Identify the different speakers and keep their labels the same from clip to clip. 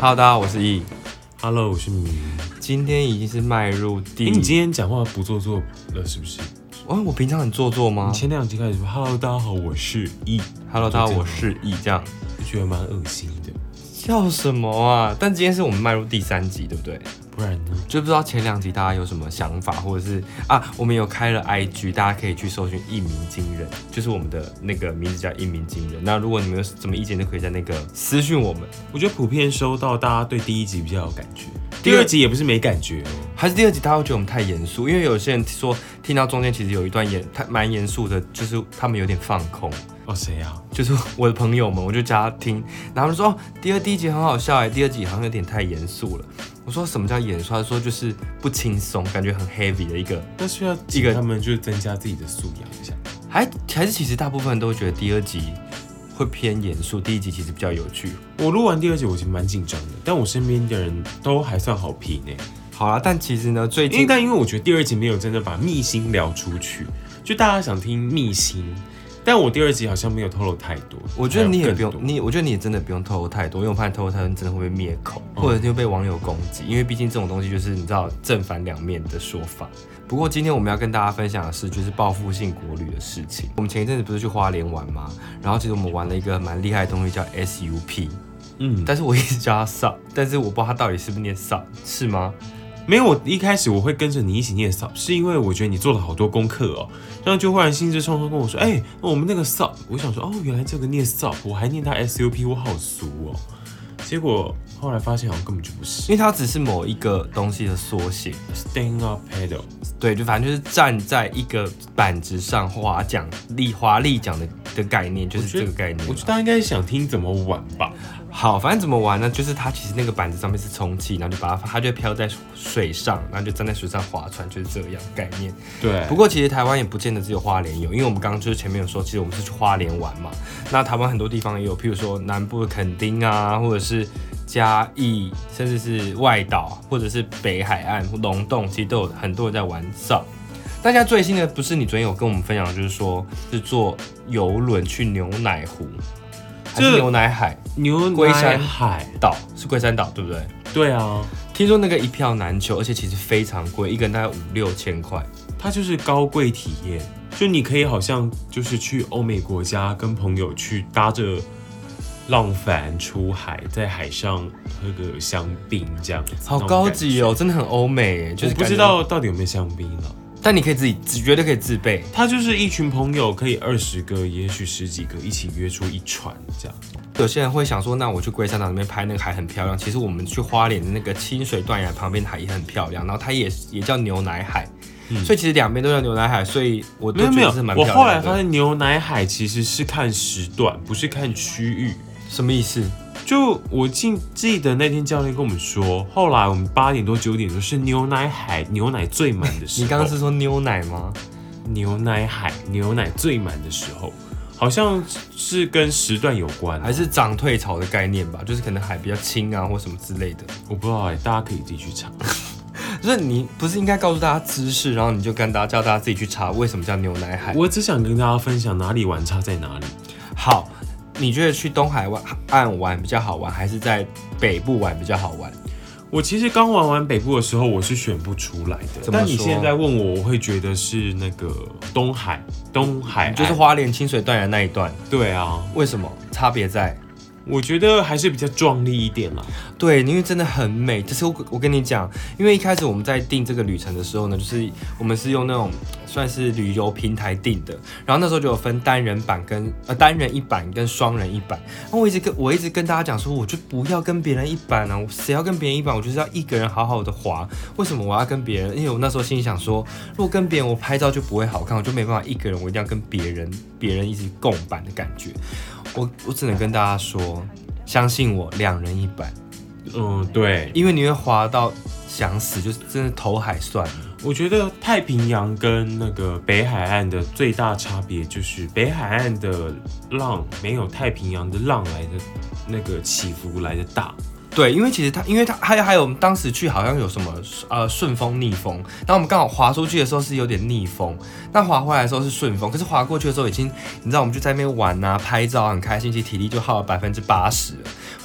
Speaker 1: Hello，大家好，我是易。
Speaker 2: Hello，我是米。
Speaker 1: 今天已经是迈入第，
Speaker 2: 诶你今天讲话不做作了是不是？
Speaker 1: 哦，我平常很做作吗
Speaker 2: 你前两集开始说 Hello，大家好，我是 E，
Speaker 1: ？Hello，大家好，我是易，这样
Speaker 2: 就觉得蛮恶心的。
Speaker 1: 叫什么啊？但今天是我们迈入第三集，对不对？
Speaker 2: 不然呢？
Speaker 1: 就不知道前两集大家有什么想法，或者是啊，我们有开了 IG，大家可以去搜寻“一鸣惊人”，就是我们的那个名字叫“一鸣惊人”。那如果你们有什么意见，都可以在那个私讯我们，
Speaker 2: 我觉得普遍收到大家对第一集比较有感觉，
Speaker 1: 第
Speaker 2: 第
Speaker 1: 二
Speaker 2: 二集也不是没感觉哦。
Speaker 1: 还是第二集，大家会觉得我们太严肃，因为有些人说听到中间其实有一段严，太蛮严肃的，就是他们有点放空。
Speaker 2: 哦，谁啊？
Speaker 1: 就是我的朋友们，我就叫他听，然后他们说哦，第二第一集很好笑哎，第二集好像有点太严肃了。我说什么叫严肃？他说就是不轻松，感觉很 heavy 的一个，
Speaker 2: 那需要
Speaker 1: 一个
Speaker 2: 请他们就是增加自己的素养一下。
Speaker 1: 还还是其实大部分人都会觉得第二集会偏严肃，第一集其实比较有趣。
Speaker 2: 我录完第二集，我其实蛮紧张的，但我身边的人都还算好评诶。
Speaker 1: 好啦，但其实呢，最
Speaker 2: 因为
Speaker 1: 近
Speaker 2: 但因为我觉得第二集没有真的把秘辛聊出去，就大家想听秘辛，但我第二集好像没有透露太多。
Speaker 1: 我觉得你也不
Speaker 2: 还
Speaker 1: 用，
Speaker 2: 有更多
Speaker 1: 你我觉得你也真的不用透露太多，因为我怕你透露太多，你真的会被灭口，
Speaker 2: 哦
Speaker 1: 或者就被网友攻击。因为毕竟这种东西就是你知道正反两面的说法。不过今天我们要跟大家分享的是，就是报复性国旅的事情。我们前一阵子不是去花莲玩吗？然后其实我们玩了一个蛮厉害的东西，叫 SUP，
Speaker 2: 嗯，
Speaker 1: 但是我一直叫它 SUP，但 是我不知道它到底是不是念 SUP，是吗？
Speaker 2: 没有，我一开始我会跟着你一起念 sub，是因为我觉得你做了好多功课哦，然后就忽然兴致冲冲跟我说，哎、我们那个 sub，我想说，哦，原来这个念 sub，我还念它 sup，我好俗哦。结果后来发现好像根本就不是
Speaker 1: 因为它只是某一个东西的缩写。
Speaker 2: stand up paddle，
Speaker 1: 对，啊就反正就是站在一个板子上划桨、立划立桨的的概念，就是这个概念啊。
Speaker 2: 我觉得大家应该想听怎么玩吧。
Speaker 1: 好，反正怎么玩呢？就是它其实那个板子上面是充气，然后就把它，它就飘在水上，然后就站在水上划船，就是这样概念。
Speaker 2: 对
Speaker 1: 不，过其实台湾也不见得只有花莲有，因为我们刚刚就是前面有说，其实我们是去花莲玩嘛。那台湾很多地方也有，譬如说南部的垦丁啊，或者是嘉义，甚至是外岛，或者是北海岸龙洞，其实都有很多人在玩 SUP。大家最新的不是你昨天有跟我们分享，就是说是坐游轮去牛奶湖，还是
Speaker 2: 这
Speaker 1: 牛奶海
Speaker 2: 牛
Speaker 1: 龟
Speaker 2: 奶
Speaker 1: 山
Speaker 2: 海，
Speaker 1: 岛？是龟山岛对不对？
Speaker 2: 对啊，
Speaker 1: 听说那个一票难求，而且其实非常贵，一个人大概五六千块。
Speaker 2: 它就是高贵体验，就你可以好像就是去欧美国家跟朋友去搭着浪帆出海，在海上喝个香槟这样子，
Speaker 1: 好高级
Speaker 2: 哦。
Speaker 1: 哦，真的很欧美耶，就是
Speaker 2: 我不
Speaker 1: 感
Speaker 2: 知
Speaker 1: 觉，
Speaker 2: 道到底有没有香槟了。
Speaker 1: 但你可以自己自绝对可以自备。
Speaker 2: 它就是一群朋友，可以二十个，也许十几个一起约出一船这样。
Speaker 1: 有些人会想说，那我去龟山岛那边拍那个海很漂亮，其实我们去花莲的那个清水断崖旁边的海也很漂亮，然后它也也叫牛奶海，所以其实两边都叫牛奶海，所以我都
Speaker 2: 没有
Speaker 1: 觉
Speaker 2: 没有
Speaker 1: 得是蛮，漂
Speaker 2: 我
Speaker 1: 亮的。
Speaker 2: 后来发现牛奶海其实是看时段，不是看区域。
Speaker 1: 什么意思？
Speaker 2: 就我记记得那天教练跟我们说，后来我们八点多九点多是牛奶海牛奶最满的时候。
Speaker 1: 你刚刚是说牛奶吗？
Speaker 2: 牛奶海牛奶最满的时候，好像是跟时段有关，
Speaker 1: 还是涨退潮的概念吧？就是可能海比较清啊，或什么之类的。
Speaker 2: 我不知道哎、大家可以自己去查。
Speaker 1: 就是你不是应该告诉大家知识，然后你就跟大家叫大家自己去查为什么叫牛奶海？
Speaker 2: 我只想跟大家分享哪里玩差在哪里。
Speaker 1: 好，你觉得去东海湾岸玩比较好玩，还是在北部玩比较好玩？
Speaker 2: 我其实刚玩完北部的时候，我是选不出来的。
Speaker 1: 怎么
Speaker 2: 但你
Speaker 1: 说
Speaker 2: 现在问我，我会觉得是那个东海，东海岸
Speaker 1: 嗯就是花莲清水断崖那一段，
Speaker 2: 对啊，
Speaker 1: 为什么差别在？
Speaker 2: 我觉得还是比较壮丽一点啦。
Speaker 1: 对，因为真的很美。就是我我跟你讲，因为一开始我们在定这个旅程的时候呢，就是我们是用那种算是旅游平台定的，然后那时候就有分单人版跟呃单人一版跟双人一版。然后我一直跟我一直跟大家讲说，我就不要跟别人一版啊，我谁要跟别人一版，我就是要一个人好好的滑。为什么我要跟别人？因为我那时候心里想说，如果跟别人我拍照就不会好看，我就没办法一个人，我一定要跟别人别人一起共版的感觉。我我只能跟大家说，相信我，两人一版。
Speaker 2: 嗯，对，
Speaker 1: 因为你会滑到想死，就是真的投海算了。
Speaker 2: 我觉得太平洋跟那个北海岸的最大差别就是，北海岸的浪没有太平洋的浪来的那个起伏来的大。
Speaker 1: 对，因为其实他，因为他还还有我们当时去好像有什么呃顺风逆风，然后我们刚好滑出去的时候是有点逆风，那滑回来的时候是顺风，可是滑过去的时候已经，你知道我们就在那边玩啊拍照很开心，其实体力就耗了百分之八十，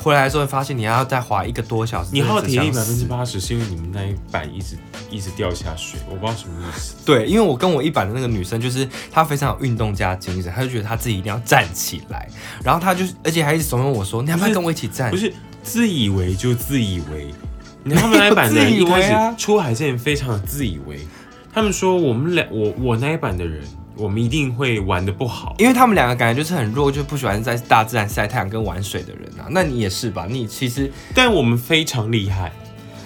Speaker 1: 回来的时候发现你还要再滑一个多小时，
Speaker 2: 你耗体
Speaker 1: 真
Speaker 2: 力百
Speaker 1: 的是
Speaker 2: 分
Speaker 1: 这
Speaker 2: 之
Speaker 1: 样
Speaker 2: 八十是因为你们那一板一直一直掉下水，我不知道什么意 思。
Speaker 1: 对，因为我跟我一版的那个女生，就是她非常有运动家精神，她就觉得她自己一定要站起来，然后她就是，而且还一直怂恿我说，你要不要跟我一起站
Speaker 2: 不？是自以为就自以为，你看他们那一版的人
Speaker 1: 没有
Speaker 2: 一
Speaker 1: 自以
Speaker 2: 开
Speaker 1: 为啊
Speaker 2: 始出海之前非常的自以为，他们说我们俩我我那一版的人，我们一定会玩的不好。
Speaker 1: 因为他们两个感觉就是很弱，就不喜欢在大自然晒太阳跟玩水的人啊。那你也是吧？你其实
Speaker 2: 但我们非常厉害，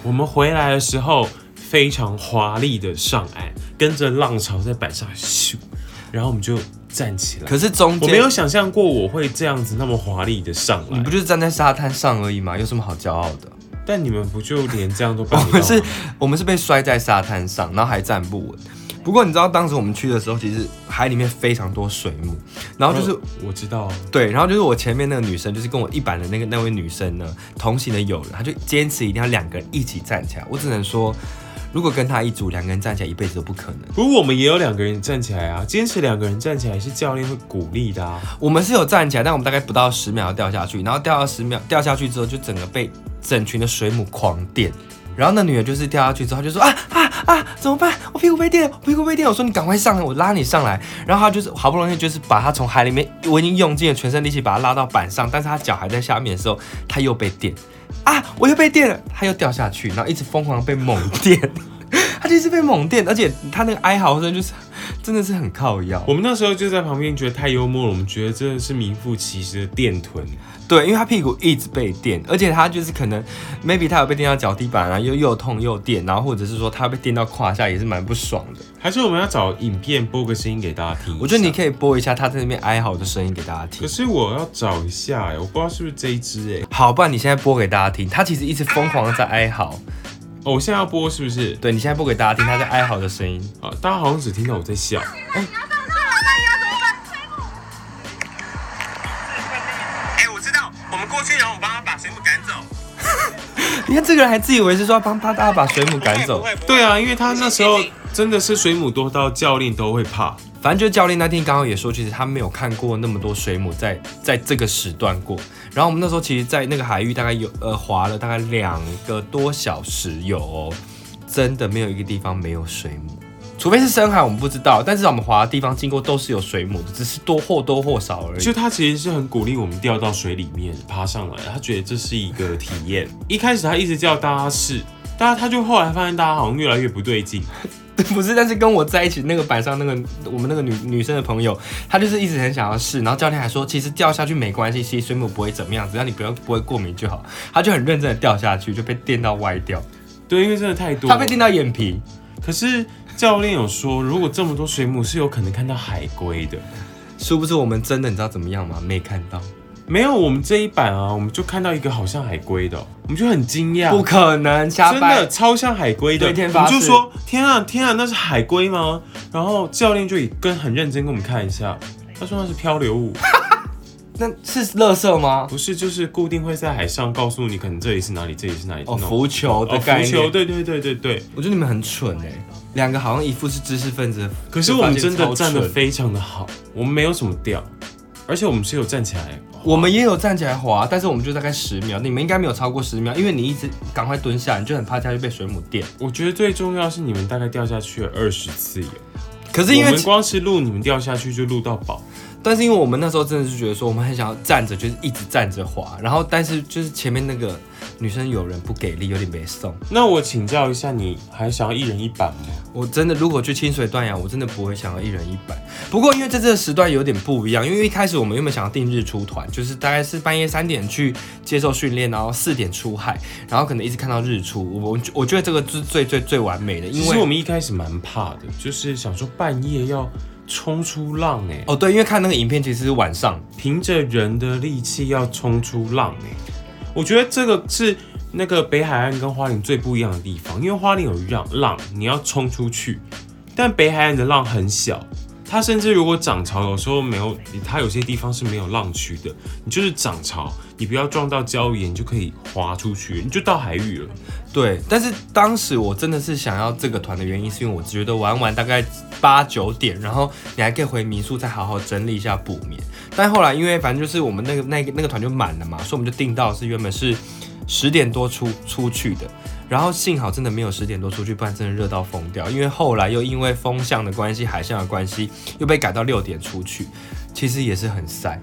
Speaker 2: 我们回来的时候非常华丽的上岸，跟着浪潮在板上咻，然后我们就站起来。
Speaker 1: 可是中
Speaker 2: 我
Speaker 1: 间
Speaker 2: 没有，想象过我会这样子那么华丽的上
Speaker 1: 你
Speaker 2: 来
Speaker 1: 不，就是站在沙滩上而已吗？有什么好骄傲的？
Speaker 2: 但你们不就连这样都 办
Speaker 1: 我
Speaker 2: 不到
Speaker 1: 们
Speaker 2: 吗？
Speaker 1: 是，我们是被摔在沙滩上，然后还站不稳。不过你知道当时我们去的时候，其实海里面非常多水母，然后就是
Speaker 2: 我知道啊，
Speaker 1: 对，然后就是我前面那个女生，就是跟我一版的那个那位女生呢，同行的友人，她就坚持一定要两个人一起站起来。我只能说，如果跟她一组，两个人站起来一辈子都不可能。
Speaker 2: 不过我们也有两个人站起来啊，坚持两个人站起来是教练会鼓励的啊。
Speaker 1: 我们是有站起来，但我们大概不到十秒掉下去，然后掉到十秒掉下去之后，就整个被整群的水母狂电。然后那女的就是掉下去之后，她就说啊啊啊，怎么办？我屁股被电了，我屁股被电了！我说你赶快上来，我拉你上来。然后她就是好不容易就是把她从海里面，我已经用尽了全身力气把她拉到板上，但是她脚还在下面的时候，她又被电啊，我又被电了，她又掉下去，然后一直疯狂被猛电， 她就一直被猛电，而且她那个哀嚎声就是真的是很靠腰。
Speaker 2: 我们那时候就在旁边觉得太幽默了，我们觉得真的是名副其实的电臀。
Speaker 1: 对，因为他屁股一直被电，而且他就是可能 maybe 他有被电到脚底板啊，又又痛又电，然后或者是说他被电到胯下也是蛮不爽的。
Speaker 2: 还是我们要找影片播个声音给大家听一下？
Speaker 1: 我觉得你可以播一下他在那边哀嚎的声音给大家
Speaker 2: 可
Speaker 1: 听。
Speaker 2: 是我要找一下哎、我不知道是不是这一支哎、
Speaker 1: 好，不然你现在播给大家听，他其实一直疯狂的在哀嚎。
Speaker 2: 哦，我现在要播是不是？
Speaker 1: 对你现在播给大家听他在哀嚎的声音。
Speaker 2: 啊，大家好像只听到我在笑。
Speaker 3: 哎，我知道，我们过去，然后我帮他把水母赶走。
Speaker 1: 你看这个人还自以为是说要帮他大家把水母赶
Speaker 3: 不
Speaker 1: 走，
Speaker 3: 会，不会
Speaker 2: 对，啊，因为他那时候真的是水母多到教练都会怕。
Speaker 1: 反正就是教练那天刚好也说，其实他没有看过那么多水母在在这个时段过。然后我们那时候其实，在那个海域大概有呃划了大概两个多小时有、哦，真的没有一个地方没有水母，除非是深海我们不知道，但是我们划的地方经过都是有水母的，只是多或多或少而已
Speaker 2: 就。他其实是很鼓励我们掉到水里面爬上来，他觉得这是一个体验。一开始他一直叫大家试，但是他就后来发现大家好像越来越不对劲，
Speaker 1: 不是，但是跟我在一起那个板上那个我们那个女女生的朋友，她就是一直很想要试，然后教练还说其实掉下去没关系，其实水母不会怎么样，只要你不要不会过敏就好。她就很认真的掉下去，就被电到歪掉。
Speaker 2: 对，因为真的太多。
Speaker 1: 他被电到眼皮，
Speaker 2: 可是教练有说，如果这么多水母是有可能看到海龟的。
Speaker 1: 殊不知我们真的你知道怎么样吗？没看到，
Speaker 2: 没有，我们这一版啊，我们就看到一个好像海龟的哦，我们就很惊讶，
Speaker 1: 不可能，瞎
Speaker 2: 真的
Speaker 1: 掰。
Speaker 2: 超像海龟的，
Speaker 1: 对天
Speaker 2: 我
Speaker 1: 发
Speaker 2: 们
Speaker 1: 誓
Speaker 2: 就说天啊天啊，那是海龟吗？然后教练就也跟很认真跟我们看一下，他说那是漂 流物，
Speaker 1: 那是乐色吗？
Speaker 2: 不是就是固定会在海上告诉你，可能这里是哪里，这里是哪里。
Speaker 1: 哦，
Speaker 2: 那种
Speaker 1: 浮球的
Speaker 2: 哦
Speaker 1: 概
Speaker 2: 浮
Speaker 1: 念。
Speaker 2: 球，对对对对对。
Speaker 1: 我觉得你们很蠢哎、两个好像一副是知识分子，
Speaker 2: 可是我们
Speaker 1: 就发现
Speaker 2: 真的
Speaker 1: 超
Speaker 2: 站得
Speaker 1: 蠢。
Speaker 2: 非常的好，我们没有什么掉，而且我们是有站起来。
Speaker 1: 我们也有站起来滑，但是我们就大概十秒，你们应该没有超过十秒，因为你一直赶快蹲下，你就很怕下去被水母电。
Speaker 2: 我觉得最重要是你们大概掉下去了二十次有，
Speaker 1: 可是因
Speaker 2: 我
Speaker 1: 为
Speaker 2: 们，光是录你们掉下去就录到饱。
Speaker 1: 但是因为我们那时候真的是觉得说，我们很想要站着，就是一直站着滑，然后但是就是前面那个女生有人不给力，有点没送。
Speaker 2: 那我请教一下，你还想要一人一版吗？
Speaker 1: 我真的如果去清水断崖，我真的不会想要一人一百。不过因为在这个时段有点不一样，因为一开始我们原本想要定日出团，就是大概是半夜三点去接受训练，然后四点出海，然后可能一直看到日出。我我我觉得这个是最最最完美的，
Speaker 2: 其
Speaker 1: 因
Speaker 2: 实我
Speaker 1: 为。
Speaker 2: 们一开始蛮怕的，就是想说半夜要冲出浪哎、
Speaker 1: 哦，对，因为看那个影片其实是晚上，
Speaker 2: 凭着人的力气要冲出浪哎、我觉得这个是那个北海岸跟花莲最不一样的地方，因为花莲有浪浪，你要冲出去，但北海岸的浪很小，它甚至如果涨潮，有时候没有，它有些地方是没有浪区的，你就是涨潮，你不要撞到礁岩，你就可以滑出去，你就到海域了。
Speaker 1: 对，但是当时我真的是想要这个团的原因，是因为我觉得玩完大概八九点，然后你还可以回民宿再好好整理一下补眠。但后来因为反正就是我们那个那个那个团就满了嘛，所以我们就定到是原本是十点多出出去的。然后幸好真的没有十点多出去，不然真的热到疯掉。因为后来又因为风向的关系、海象的关系，又被改到六点出去，其实也是很晒。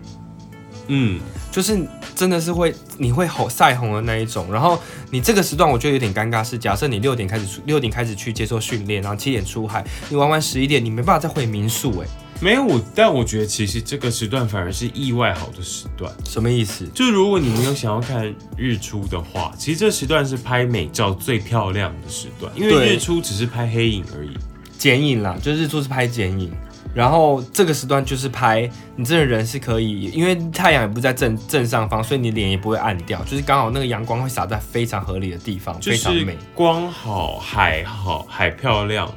Speaker 2: 嗯，
Speaker 1: 就是真的是会，你会红晒红的那一种。然后你这个时段我觉得有点尴尬，是假设你六点开始出，六点开始去接受训练，然后七点出海，你玩完十一点，你没办法再回民宿、欸，哎，
Speaker 2: 没有我，但我觉得其实这个时段反而是意外好的时段。
Speaker 1: 什么意思？
Speaker 2: 就如果你没有想要看日出的话，其实这时段是拍美照最漂亮的时段，因为
Speaker 1: 对
Speaker 2: 日出只是拍黑影而已。
Speaker 1: 剪影啦，就是日出是拍剪影，然后这个时段就是拍你这个人是可以，因为太阳也不在正正上方，所以你脸也不会暗掉，就是刚好那个阳光会洒在非常合理的地方，
Speaker 2: 就
Speaker 1: 非常
Speaker 2: 是
Speaker 1: 美。
Speaker 2: 光好，海好，海漂亮，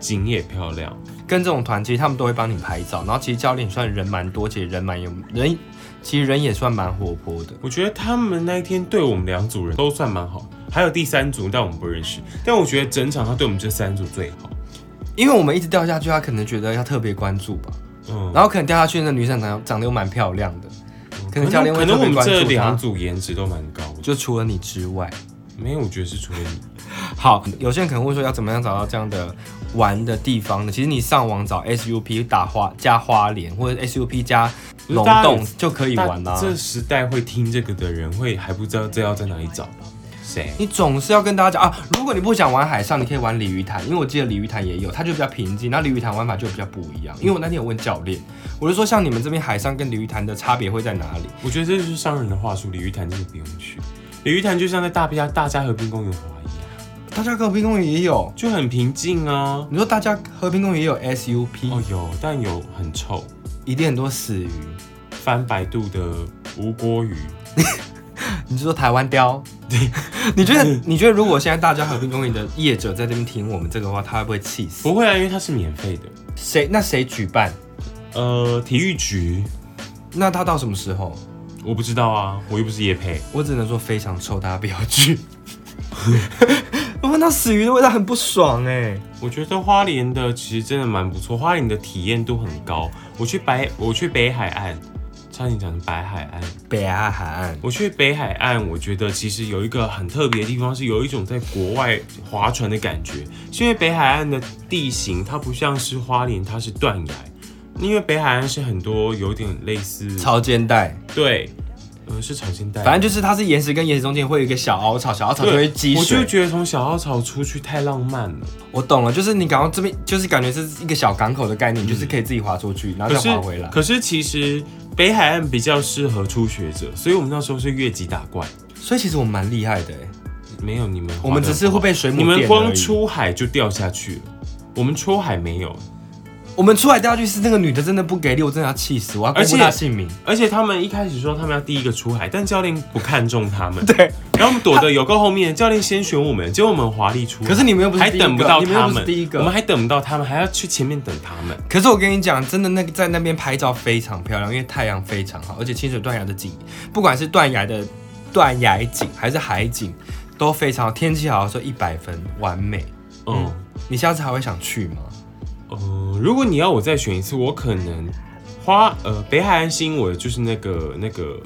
Speaker 2: 景也漂亮。
Speaker 1: 跟这种团，其实他们都会帮你拍照，然后其实教练算人蛮多，且人蛮有人，其实人也算蛮活泼的。
Speaker 2: 我觉得他们那一天对我们两组人都算蛮好，还有第三组，但我们不认识。但我觉得整场他对我们这三组最好。
Speaker 1: 因为我们一直掉下去，他可能觉得要特别关注吧，
Speaker 2: 嗯，
Speaker 1: 然后可能掉下去那女生长长得又蛮漂亮的，可能教练
Speaker 2: 可
Speaker 1: 会
Speaker 2: 能
Speaker 1: 特别
Speaker 2: 我们
Speaker 1: 关
Speaker 2: 这
Speaker 1: 注
Speaker 2: 两
Speaker 1: 她。
Speaker 2: 组颜值都蛮高的，就
Speaker 1: 就除了你之外，
Speaker 2: 没有我觉得是除了你。
Speaker 1: 好，有些人可能会说要怎么样找到这样的玩的地方呢？其实你上网找 SUP 打花加花莲或者 SUP 加龙洞就可以玩啦、
Speaker 2: 但这时代会听这个的人会还不知道这要在哪里找谁？
Speaker 1: 你总是要跟大家讲啊，如果你不想玩海上，你可以玩鲤鱼潭，因为我记得鲤鱼潭也有，它就比较平静。那鲤鱼潭玩法就比较不一样，因为我那天有问教练，我就说像你们这边海上跟鲤鱼潭的差别会在哪里？
Speaker 2: 我觉得这就是商人的话术。鲤鱼潭真的不用去，鲤鱼潭就像在大家大家和平公园滑一样，
Speaker 1: 大家和平公园也有，
Speaker 2: 就很平静啊。
Speaker 1: 你说大家和平公园也有 SUP，、
Speaker 2: 哦，有，但有很臭，
Speaker 1: 一定很多死鱼。
Speaker 2: 翻白肚的无锅鱼。
Speaker 1: 你是说台湾雕？ 你觉得你觉得如果现在大家和平公园的业者在这边听我们这个话，他会不会气死？
Speaker 2: 不会啊，因为它是免费的。
Speaker 1: 谁那谁举办？
Speaker 2: 呃，体育局
Speaker 1: 那他到什么时候？
Speaker 2: 我不知道啊，我又不是叶佩。
Speaker 1: 我只能说非常臭，大家不要去。 我闻到死鱼的味道很不爽哎、
Speaker 2: 我觉得花莲的其实真的蛮不错，花莲的体验度很高。我去白，我去北海岸，差点讲成白海岸。
Speaker 1: 北亚海岸
Speaker 2: 我去北海岸，我觉得其实有一个很特别的地方，是有一种在国外划船的感觉，是因为北海岸的地形它不像是花莲，它是断崖，因为北海岸是很多有点类似
Speaker 1: 潮间带，
Speaker 2: 对，呃是潮间带，
Speaker 1: 反正就是它是岩石跟岩石中间会有一个小凹槽，小凹槽就会
Speaker 2: 对，
Speaker 1: 积
Speaker 2: 我就
Speaker 1: 水。
Speaker 2: 觉得从小凹槽出去太浪漫了，
Speaker 1: 我懂了，就是你感到这边就是感觉这是一个小港口的概念，就是可以自己划出去，然后
Speaker 2: 嗯可
Speaker 1: 再
Speaker 2: 是
Speaker 1: 划回来。
Speaker 2: 可是其实北海岸比较适合初学者，所以我们那时候是越级打怪，
Speaker 1: 所以其实我们蛮厉害的哎，
Speaker 2: 没有你们划得很好，
Speaker 1: 我们只是会被水母
Speaker 2: 你们
Speaker 1: 电而
Speaker 2: 光
Speaker 1: 已
Speaker 2: 出海就掉下去了，我们出海没有。
Speaker 1: 我们出来掉下去是那个女的真的不给力，我真的要气死，我要公
Speaker 2: 而且
Speaker 1: 布她姓名。
Speaker 2: 而且他们一开始说他们要第一个出海，但教练不看重他们，对，然后我们躲得有够后面，教练先选我们，结果我们华丽出海，
Speaker 1: 可是你们又不是
Speaker 2: 还
Speaker 1: 第一个
Speaker 2: 等不到
Speaker 1: 你们
Speaker 2: 他
Speaker 1: 又不
Speaker 2: 们，
Speaker 1: 是第一个
Speaker 2: 我们还等不到他们，还要去前面等他们。
Speaker 1: 可是我跟你讲，真的那个在那边拍照非常漂亮，因为太阳非常好，而且清水断崖的景，不管是断崖的断崖景还是海景，都非常好。天气好的时候一百分，完美。
Speaker 2: 嗯，
Speaker 1: 你下次还会想去吗？
Speaker 2: 呃，如果你要我再选一次，我可能花呃北海岸吸引我的就是那个那个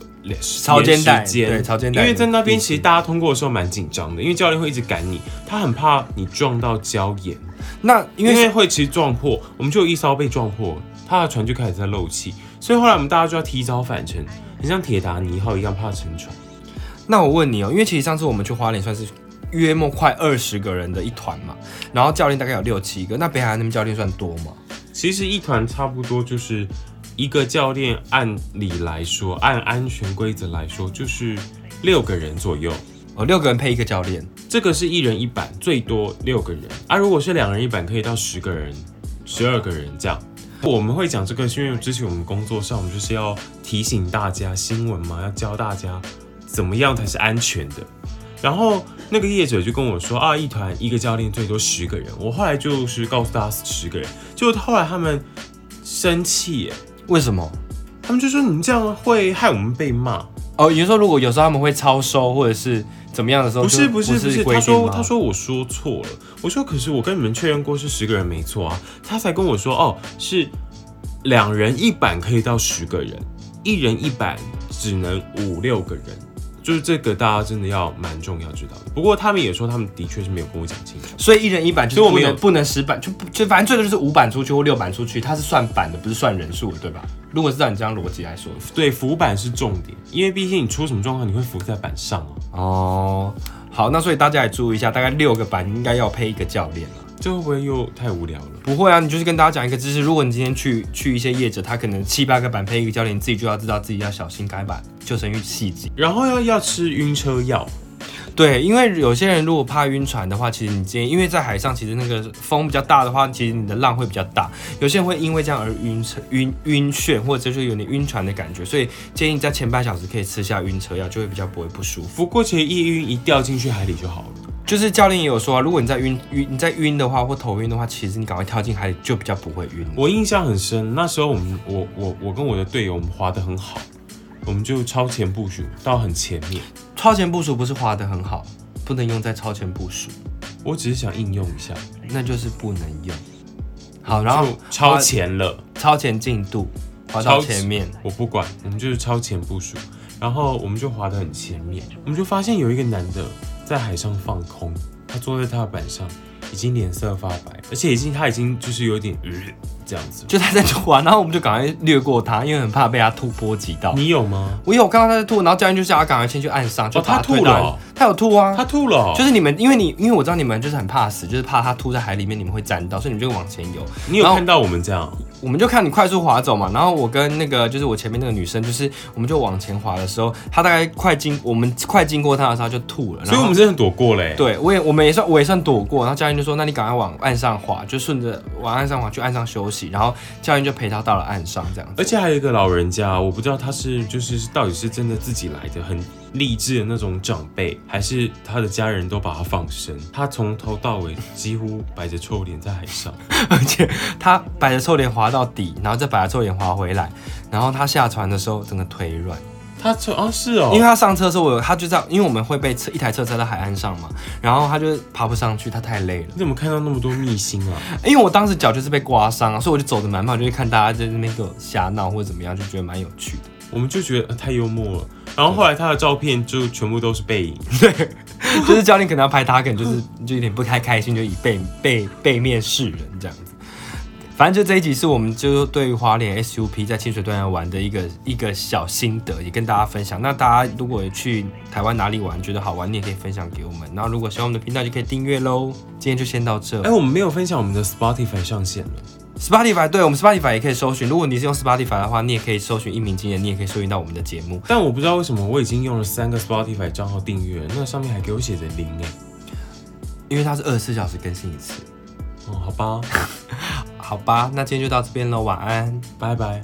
Speaker 1: 潮间带
Speaker 2: 岩石间
Speaker 1: 对潮间带
Speaker 2: 因为在那边
Speaker 1: 地形
Speaker 2: 其实大家通过的时候蛮紧张的，因为教练会一直赶你，他很怕你撞到礁岩。
Speaker 1: 那因
Speaker 2: 因为
Speaker 1: 为
Speaker 2: 会其实撞破，我们就有一艘被撞破，他的船就开始在漏气，所以后来我们大家就要提早返程，很像铁达尼号一样怕沉船。
Speaker 1: 那我问你哦，因为其实上次我们去花莲算是约莫快二十个人的一团嘛，然后教练大概有六七个，那北海岸那边教练算多吗？
Speaker 2: 其实一团差不多就是一个教练，按理来说，按安全规则来说，就是六个人左右。
Speaker 1: 哦，六个人配一个教练，
Speaker 2: 这个是一人一板，最多六个人啊。如果是两人一板，可以到十个人、十二个人这样。我们会讲这个，是因为之前我们工作上，我们就是要提醒大家新闻嘛，要教大家怎么样才是安全的。然后那个业者就跟我说啊，一团一个教练最多十个人。我后来就是告诉大家十个人，就后来他们生气耶，
Speaker 1: 为什么？
Speaker 2: 他们就说你们这样会害我们被骂。
Speaker 1: 哦，也就是说，如果有时候他们会超收或者是怎么样的时候，
Speaker 2: 不是
Speaker 1: 就
Speaker 2: 不是不
Speaker 1: 是
Speaker 2: 是，
Speaker 1: 规
Speaker 2: 他
Speaker 1: 定
Speaker 2: 说
Speaker 1: 吗
Speaker 2: 他说我说错了，我说可是我跟你们确认过是十个人没错啊，他才跟我说哦是两人一板可以到十个人，一人一板只能五六个人，就是这个大家真的要蛮重要知道的。不过他们也说他们的确是没有跟我讲清楚，
Speaker 1: 所以一人一版，就是
Speaker 2: 所以我
Speaker 1: 不
Speaker 2: 们
Speaker 1: 能
Speaker 2: 有
Speaker 1: 不能十版，就不就反正最多就是五版出去或六版出去，它是算版的，不是算人数的，对吧？如果是照你这样逻辑来说的话，
Speaker 2: 对浮板是重点，因为毕竟你出什么状况你会浮在板上啊，
Speaker 1: 哦，好，那所以大家也注意一下，大概六个版应该要配一个教练了。
Speaker 2: 这会不会又太无聊了？
Speaker 1: 不会啊，你就是跟大家讲一个知识，如果你今天去去一些业者，他可能七八个版配一个教练，你自己就要知道自己要小心该把救生衣细节。
Speaker 2: 然后要要吃晕车药，
Speaker 1: 对，因为有些人如果怕晕船的话，其实你建议，因为在海上其实那个风比较大的话，其实你的浪会比较大，有些人会因为这样而晕车、晕晕眩，或者就是有点晕船的感觉，所以建议在前半小时可以吃下晕车药，就会比较不会不舒服。
Speaker 2: 不过其实一晕一掉进去海里就好了。
Speaker 1: 就是教练也有说、啊，如果你在晕晕你在晕的话或头晕的话，其实你赶快跳进海里就比较不会晕。
Speaker 2: 我印象很深，那时候我们我我我跟我的队友，我们滑得很好，我们就超前部署到很前面。
Speaker 1: 超前部署不是划得很好，不能用在超前部署，
Speaker 2: 我只是想应用一下，
Speaker 1: 那就是不能用。好，然后
Speaker 2: 就超
Speaker 1: 划
Speaker 2: 前了，
Speaker 1: 超前进度，划到
Speaker 2: 超前
Speaker 1: 前面。
Speaker 2: 我不管，我们就是超前部署，然后我们就滑得很前面，我们就发现有一个男的在海上放空，他坐在踏板上，已经脸色发白，而且已经他已经就是有点、呃、这样子。
Speaker 1: 就他在吐啊，然后我们就赶快略过他，因为很怕被他吐波及到。
Speaker 2: 你有吗？
Speaker 1: 我有看到他在吐，然后教练就叫他赶快先去岸上，就
Speaker 2: 哦他
Speaker 1: 把推
Speaker 2: 吐了
Speaker 1: 到
Speaker 2: 哦
Speaker 1: 他有吐啊，
Speaker 2: 他吐了哦、
Speaker 1: 就是你们，因为你因为我知道你们就是很怕死，就是怕他吐在海里面，你们会沾到，所以你们就往前游。
Speaker 2: 你有
Speaker 1: 然后
Speaker 2: 看到我们这样？
Speaker 1: 我们就看你快速滑走嘛，然后我跟那个就是我前面那个女生，就是我们就往前滑的时候，她大概快经我们快经过她的时候，她就吐了，然后
Speaker 2: 所以我们真的躲过嘞、
Speaker 1: 对，我也我们也算我也算躲过，然后教练就说：“那你赶快往岸上滑，就顺着往岸上滑去岸上休息。”然后教练就陪她到了岸上，这样 子
Speaker 2: 而。且还有一个老人家，我不知道他是就是到底是真的自己来的，很励志的那种长辈，还是他的家人都把他放生。他从头到尾几乎摆着臭脸在海上，
Speaker 1: 而且他摆着臭脸滑到底，然后再摆着臭脸滑回来，然后他下船的时候整个腿软，
Speaker 2: 他说啊是哦，
Speaker 1: 因为他上车的时候我有他就在，因为我们会被车一台车塞在海岸上嘛，然后他就爬不上去，他太累了，
Speaker 2: 你怎么看到那么多秘辛啊？
Speaker 1: 因为我当时脚就是被刮伤、啊，所以我就走的蛮慢，就是看大家在那边给我瞎闹或者怎么样，就觉得蛮有趣的。
Speaker 2: 我们就觉得、呃太幽默了。然后后来他的照片就全部都是背 影，
Speaker 1: 就是教练可能要拍他，可能就是就有点不太开心，就以背背背面示人这样子。反正就这一集是我们就对于华联 SUP 在清水断崖玩的一个一个小心得，也跟大家分享。那大家如果去台湾哪里玩觉得好玩，你也可以分享给我们。然后如果喜欢我们的频道，就可以订阅喽。今天就先到这。
Speaker 2: 哎、我们没有分享我们的 Spotify 上线了，
Speaker 1: Spotify 对我们 Spotify 也可以搜寻，如果你是用 Spotify 的话，你也可以搜寻一鸣惊人，你也可以搜寻到我们的节目。
Speaker 2: 但我不知道为什么我已经用了三个 Spotify 账号订阅了，那上面还给我写着零哎、
Speaker 1: 因为它是二十四小时更新一次。
Speaker 2: 哦，好吧，
Speaker 1: 好吧，那今天就到这边喽，晚安。
Speaker 2: 拜拜。